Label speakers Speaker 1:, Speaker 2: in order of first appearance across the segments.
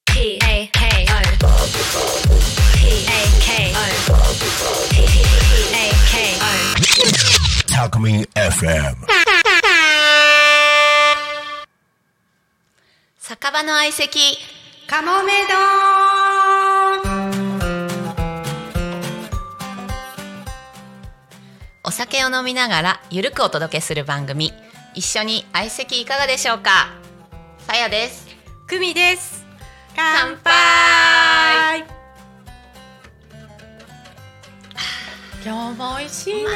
Speaker 1: P A K O. P A K O. P A K O.
Speaker 2: Talkme FM.
Speaker 3: 酒場の相席かもめ丼お酒を飲みながらゆるくお届けする番組一緒に相席いかがでしょうかさやです
Speaker 4: 久美です。
Speaker 3: 乾
Speaker 4: 乾
Speaker 3: 杯
Speaker 4: 杯。今日も美味しいね。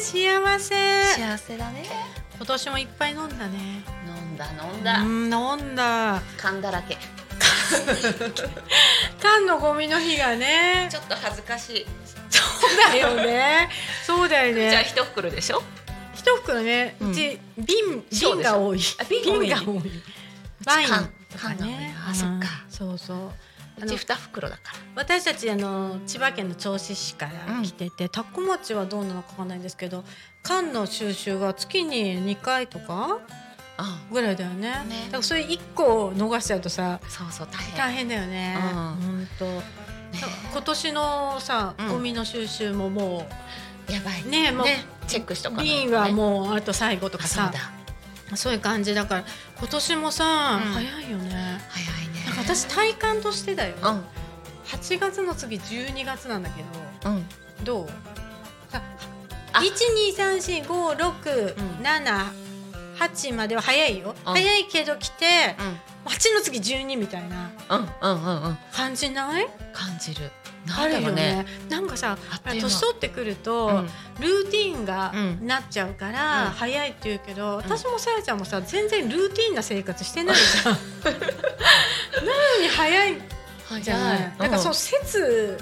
Speaker 4: 幸せ。
Speaker 3: 幸せだね
Speaker 4: 今年もいっぱい飲んだね。
Speaker 3: 飲んだ飲ん
Speaker 4: う
Speaker 3: だ
Speaker 4: ん、飲んだ。
Speaker 3: 缶だらけ
Speaker 4: 缶のゴミの日がね。
Speaker 3: ちょっと恥ずかしい
Speaker 4: そうだよね。 そうだよ
Speaker 3: じゃあ
Speaker 4: ね。
Speaker 3: 一袋でしょ
Speaker 4: 一袋ね、
Speaker 3: うん
Speaker 4: うち
Speaker 3: そ
Speaker 4: 瓶
Speaker 3: う
Speaker 4: 瓶
Speaker 3: でしょ
Speaker 4: が多い
Speaker 3: あ。瓶が多い
Speaker 4: い。ワインとか
Speaker 3: 缶が多い
Speaker 4: ね。
Speaker 3: あそっか
Speaker 4: うん。そうそう。
Speaker 3: うち二袋だか
Speaker 4: 私たちあの千葉県の銚子市から来てて、たこもちはどうなのかわかんないんですけど缶の収集が月に2回とから
Speaker 3: あ
Speaker 4: ぐらいだよね
Speaker 3: ね
Speaker 4: だからそれ1個を逃しちゃうとさ
Speaker 3: そうそう大変
Speaker 4: 大変だよね
Speaker 3: うん
Speaker 4: 本当、今年のさ
Speaker 3: うん
Speaker 4: ゴミの収集もも
Speaker 3: やばいう
Speaker 4: ねもう、
Speaker 3: チェックしとかないとね
Speaker 4: 瓶はもうあと最後とか
Speaker 3: あそう
Speaker 4: さ
Speaker 3: だ
Speaker 4: そういう感じだから今年もさ、
Speaker 3: うん
Speaker 4: 早いよね
Speaker 3: 早いね
Speaker 4: なんか私体感としてだよ、
Speaker 3: う
Speaker 4: 8月の次12月なんだけど
Speaker 3: んうん
Speaker 4: どう
Speaker 3: あ
Speaker 4: 一二三四五六
Speaker 3: うん
Speaker 4: 七八までは早いよ、
Speaker 3: うん
Speaker 4: 早いけど来て
Speaker 3: うん
Speaker 4: 八の次十二みたいな
Speaker 3: うんうんうんうん
Speaker 4: 感じない
Speaker 3: 感じるな
Speaker 4: あ
Speaker 3: んだ
Speaker 4: る
Speaker 3: ろ
Speaker 4: よ
Speaker 3: うね
Speaker 4: ねなんかさ
Speaker 3: あっという間
Speaker 4: 年取ってくると、
Speaker 3: うん
Speaker 4: ルーティーンが
Speaker 3: うん
Speaker 4: なっちゃうから、
Speaker 3: うん
Speaker 4: 早いって言うけど私もさやちゃんもさ全然ルーティーンな生活してないじゃ んなのに早いじゃない、なんかそう説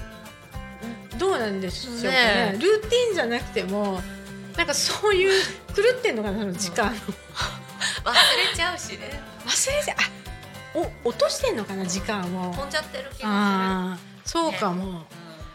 Speaker 4: どうなんでしょうかね
Speaker 3: ねえ
Speaker 4: ルーティンじゃなくてもなんかそういう 狂ってんのかなその時間
Speaker 3: 忘れちゃうしね
Speaker 4: 忘れてあお落としてんのかな時間を
Speaker 3: 飛んじゃってる気が
Speaker 4: ああそうかも、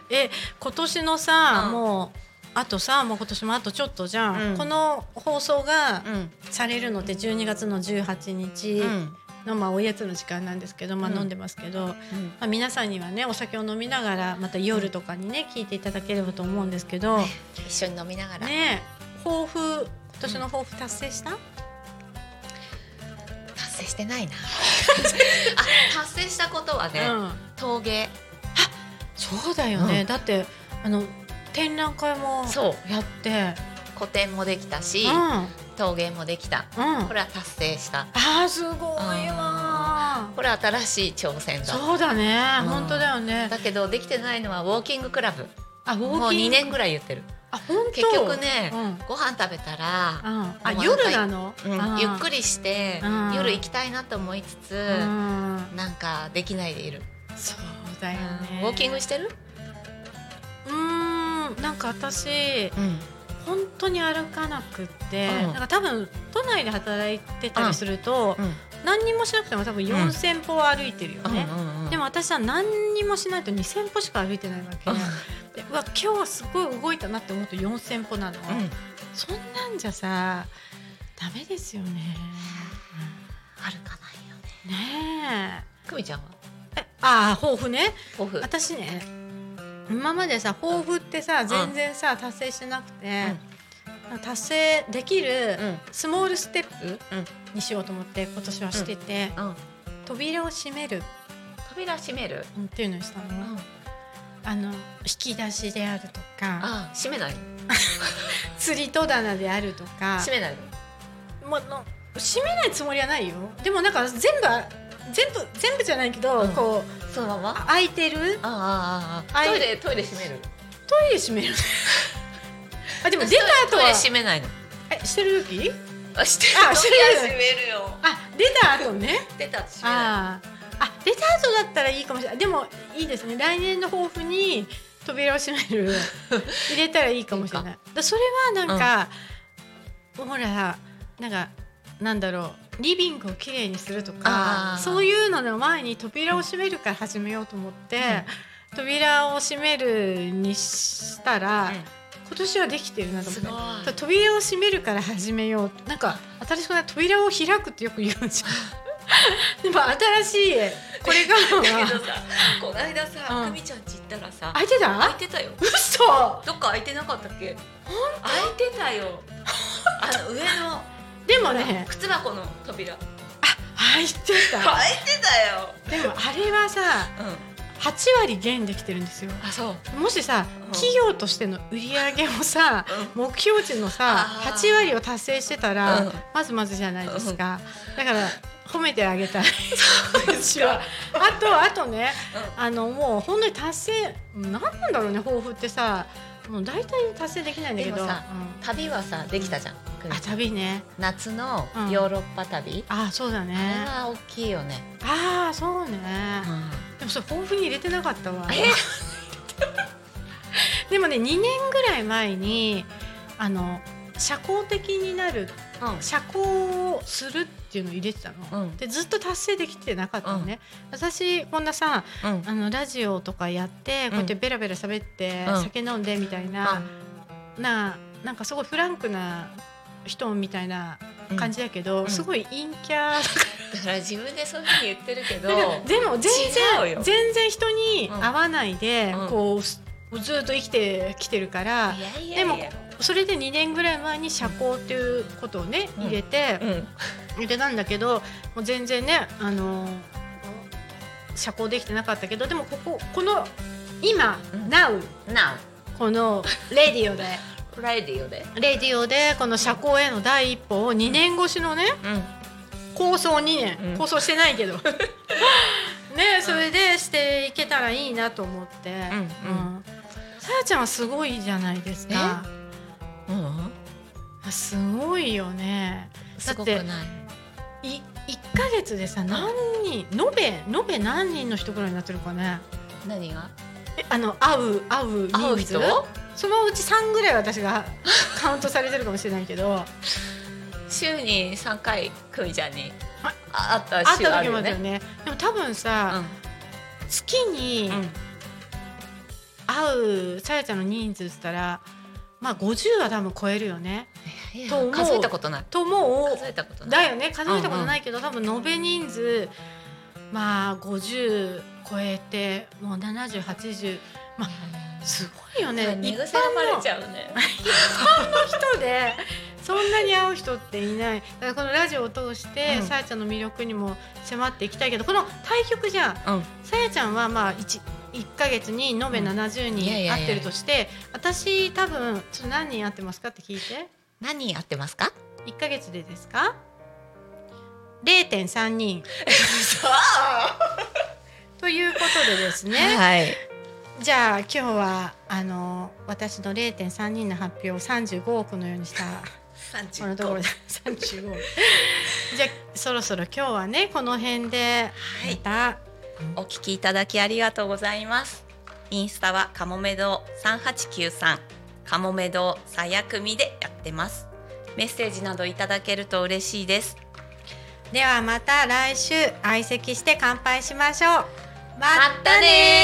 Speaker 3: する
Speaker 4: え今年のさ、
Speaker 3: うん
Speaker 4: もうあとさもう今年もあとちょっとじゃん、
Speaker 3: うん
Speaker 4: この放送が
Speaker 3: うんうん
Speaker 4: されるのって12月の18日
Speaker 3: うん
Speaker 4: の、まあ、おやつの時間なんですけど、まあ、
Speaker 3: うん
Speaker 4: 飲んでますけど、まあ、皆さんにはねお酒を飲みながらまた夜とかにね聞いていただければと思うんですけどね
Speaker 3: 一緒に飲みながら
Speaker 4: え抱負今年の抱負達成した、
Speaker 3: 達成してないなあ達成したことはね
Speaker 4: うん
Speaker 3: 陶芸
Speaker 4: そうだよね、
Speaker 3: うん
Speaker 4: だってあの展覧会も
Speaker 3: そう
Speaker 4: やって
Speaker 3: 個展もできたし
Speaker 4: うんうん
Speaker 3: 陶芸もできたこ
Speaker 4: あ
Speaker 3: れは達成した
Speaker 4: ーすごいわ
Speaker 3: これは新しい挑戦
Speaker 4: ー
Speaker 3: だ
Speaker 4: そうだね、
Speaker 3: うん
Speaker 4: 本当だよね
Speaker 3: だけどできてないのはウォーキングクラブ
Speaker 4: あウォーキング
Speaker 3: もう2年ぐらい言ってる
Speaker 4: あ本当
Speaker 3: 結局ね
Speaker 4: うんうん
Speaker 3: ご飯食べたら、
Speaker 4: あ夜なの、
Speaker 3: うんゆっく
Speaker 4: り、
Speaker 3: りして
Speaker 4: うん
Speaker 3: 夜行きたいなと思いつつ
Speaker 4: うん、
Speaker 3: なんかできないでいる
Speaker 4: そうだよね
Speaker 3: ウォーキングしてる
Speaker 4: うーんなんか私
Speaker 3: うん
Speaker 4: 本当に歩かなくって、
Speaker 3: うん
Speaker 4: なんか多分都内で働いてたりすると、
Speaker 3: うん
Speaker 4: 何にもしなくても多分4,000歩は歩いてるよね、でも私は何にもしないと2,000歩しか歩いてないわけ、でうわ今日はすごい動いたなって思うと4,000歩なの、
Speaker 3: うん
Speaker 4: そんなんじゃさダメですよね
Speaker 3: 歩かないよね
Speaker 4: ね
Speaker 3: 久美ちゃんは
Speaker 4: ええああ抱負ね
Speaker 3: オフ
Speaker 4: 私ね今までさ抱負ってさ全然さ達成してなくて、達成できる、
Speaker 3: うん
Speaker 4: スモールステップ
Speaker 3: うん
Speaker 4: にしようと思って今年はしてて、
Speaker 3: うん
Speaker 4: 扉を閉める
Speaker 3: 扉閉める
Speaker 4: っていうのにしたの、
Speaker 3: うん
Speaker 4: あの引き出しであるとか
Speaker 3: あ閉めない
Speaker 4: 釣り戸棚であるとか
Speaker 3: 閉めない
Speaker 4: もうの閉めないつもりはないよでもなんか全部全部全部じゃないけど、
Speaker 3: うん
Speaker 4: こう
Speaker 3: そのまま
Speaker 4: あ開いてる
Speaker 3: あああああ
Speaker 4: は
Speaker 3: あ
Speaker 4: い
Speaker 3: トイレトイレ閉める
Speaker 4: トイレ 閉めるあでも出た後
Speaker 3: トイ
Speaker 4: は
Speaker 3: レ閉めないの
Speaker 4: えしてる時
Speaker 3: あして
Speaker 4: あ閉め
Speaker 3: 扉
Speaker 4: る
Speaker 3: 閉めるよ
Speaker 4: あ出た後ね
Speaker 3: 出た閉めない
Speaker 4: あーあ出た後だったらいいかもしれないでもいいですね来年の抱負に扉を閉める入れたらいいかもしれないだそれはなんか、ほらなんかなんだろうリビングをきれいにすると
Speaker 3: あ
Speaker 4: か
Speaker 3: ー
Speaker 4: そういうのの前に扉を閉めるから始めようと思って、扉を閉めるにしたら、今年はできてるなと思って
Speaker 3: すごい
Speaker 4: だから扉を閉めるから始めようなんか新しくない扉を開くってよく言うじゃん でも新しいこ れから
Speaker 3: だけ
Speaker 4: は
Speaker 3: どさこないださ
Speaker 4: うん
Speaker 3: 久美ちゃんち行ったらさ
Speaker 4: 開いて
Speaker 3: 開い
Speaker 4: た
Speaker 3: てたよ
Speaker 4: 嘘
Speaker 3: どっか開いてなかったっけ開いてたよあの上の
Speaker 4: でもね
Speaker 3: 靴箱の扉
Speaker 4: 開いてた
Speaker 3: 開いてた
Speaker 4: でもあれはさ
Speaker 3: よ
Speaker 4: 8割減できてるんですよ
Speaker 3: うんあそう
Speaker 4: もしさ
Speaker 3: うん
Speaker 4: 企業としての売り上げもさ目標値のさ
Speaker 3: あー
Speaker 4: 8割を達成してた
Speaker 3: う
Speaker 4: ら
Speaker 3: ん
Speaker 4: まずまずじゃないですかだから褒めてあげたい私は あとあとねあのもう本当に達成何なんだろうね抱負ってさもう大体達成できないんだけど
Speaker 3: でもさ旅はさできたじゃん
Speaker 4: うんあ旅ね
Speaker 3: 夏の
Speaker 4: うん
Speaker 3: ヨーロッパ旅
Speaker 4: あそうだ
Speaker 3: あれ
Speaker 4: ね
Speaker 3: は大きいよね
Speaker 4: ああそうねでもそれ豊富に入れてなかったわでもね2年ぐらい前にあの社交的になる
Speaker 3: う
Speaker 4: 社交をするっていうのを入れてた
Speaker 3: ん
Speaker 4: の、
Speaker 3: うん
Speaker 4: でずっと達成できてなかったのね、私こんなさ
Speaker 3: うん
Speaker 4: あのラジオとかやってこうやってベラベラ喋って、
Speaker 3: うん
Speaker 4: 酒飲んでみたいな、ななんかすごいフランクな人みたいな感じだけど、
Speaker 3: うん
Speaker 4: すごい陰キャ
Speaker 3: だから自分でそういうふうに言ってるけど
Speaker 4: だからでも全
Speaker 3: 違うよ
Speaker 4: 然全然人に
Speaker 3: うん
Speaker 4: 会わないで、
Speaker 3: うん
Speaker 4: こうすずっと生きてきてるから
Speaker 3: いやいや
Speaker 4: でも
Speaker 3: いや
Speaker 4: それで2年ぐらい前に社交っていうことをね
Speaker 3: うん
Speaker 4: 入れて、
Speaker 3: うん
Speaker 4: 入れたんだけどもう全然ねあのー社交できてなかったけどでもこここの今、
Speaker 3: うん
Speaker 4: Now
Speaker 3: Now
Speaker 4: このレディオで
Speaker 3: ラディオで
Speaker 4: レディオでこの社交への第一歩を2年越しのね、
Speaker 3: うん
Speaker 4: 構想2年、
Speaker 3: うん
Speaker 4: 構想してな いけどねそれでしていけたらいいなと思って
Speaker 3: うんうん
Speaker 4: うんさやちゃんはすごいじゃないですか
Speaker 3: うん
Speaker 4: すごいよね
Speaker 3: すごくない
Speaker 4: い1か月でさ何人延べ延べ何人の人ぐらいになってるかね
Speaker 3: 何が
Speaker 4: えあの会う会う人数
Speaker 3: 会う人
Speaker 4: そのうち3ぐらい私が カウントされてるかもしれないけど
Speaker 3: 週に三回クイちゃんに
Speaker 4: あ
Speaker 3: ああった
Speaker 4: 会っ
Speaker 3: 週あ
Speaker 4: た
Speaker 3: る
Speaker 4: 時
Speaker 3: よ
Speaker 4: もだよ
Speaker 3: ね
Speaker 4: ねでも多分
Speaker 3: う
Speaker 4: さ、
Speaker 3: ん
Speaker 4: 月に、
Speaker 3: うん
Speaker 4: 会うさやちゃんの人数っつったらまあ50は多分超えるよね。
Speaker 3: い
Speaker 4: と思
Speaker 3: や
Speaker 4: う
Speaker 3: 数えたことない
Speaker 4: とも
Speaker 3: 数えたこと
Speaker 4: う
Speaker 3: ない
Speaker 4: だよね数えたことないけど、多分延べ人数まあ50超えてもう7080すごいよね。
Speaker 3: 寝
Speaker 4: 一般の
Speaker 3: 癖がバレちゃうね
Speaker 4: 人でそんなに会う人っていないだからこのラジオを通して、
Speaker 3: うん
Speaker 4: さやちゃんの魅力にも迫っていきたいけどこの対局じゃん
Speaker 3: うん
Speaker 4: さやちゃんはまあ 1, 1ヶ月に延べ
Speaker 3: うん
Speaker 4: 70
Speaker 3: いやいやいや
Speaker 4: 人会ってるとして、私多分ちょっと何人会ってますかって聞いて
Speaker 3: 何やってますか
Speaker 4: 1ヶ月でですか0.3人 ということでですね、
Speaker 3: はい
Speaker 4: じゃあ今日はあの私の0.3人の発表を35億のようにしたこのところで35億じゃあそろそろ今日はねこの辺で
Speaker 3: い
Speaker 4: また、
Speaker 3: お聞きいただきありがとうございます。インスタはかもめ堂三八九三かもめ堂さやくみでやってます。メッセージなどいただけると嬉しいです。
Speaker 4: ではまた来週相席して乾杯しましょうま
Speaker 3: またね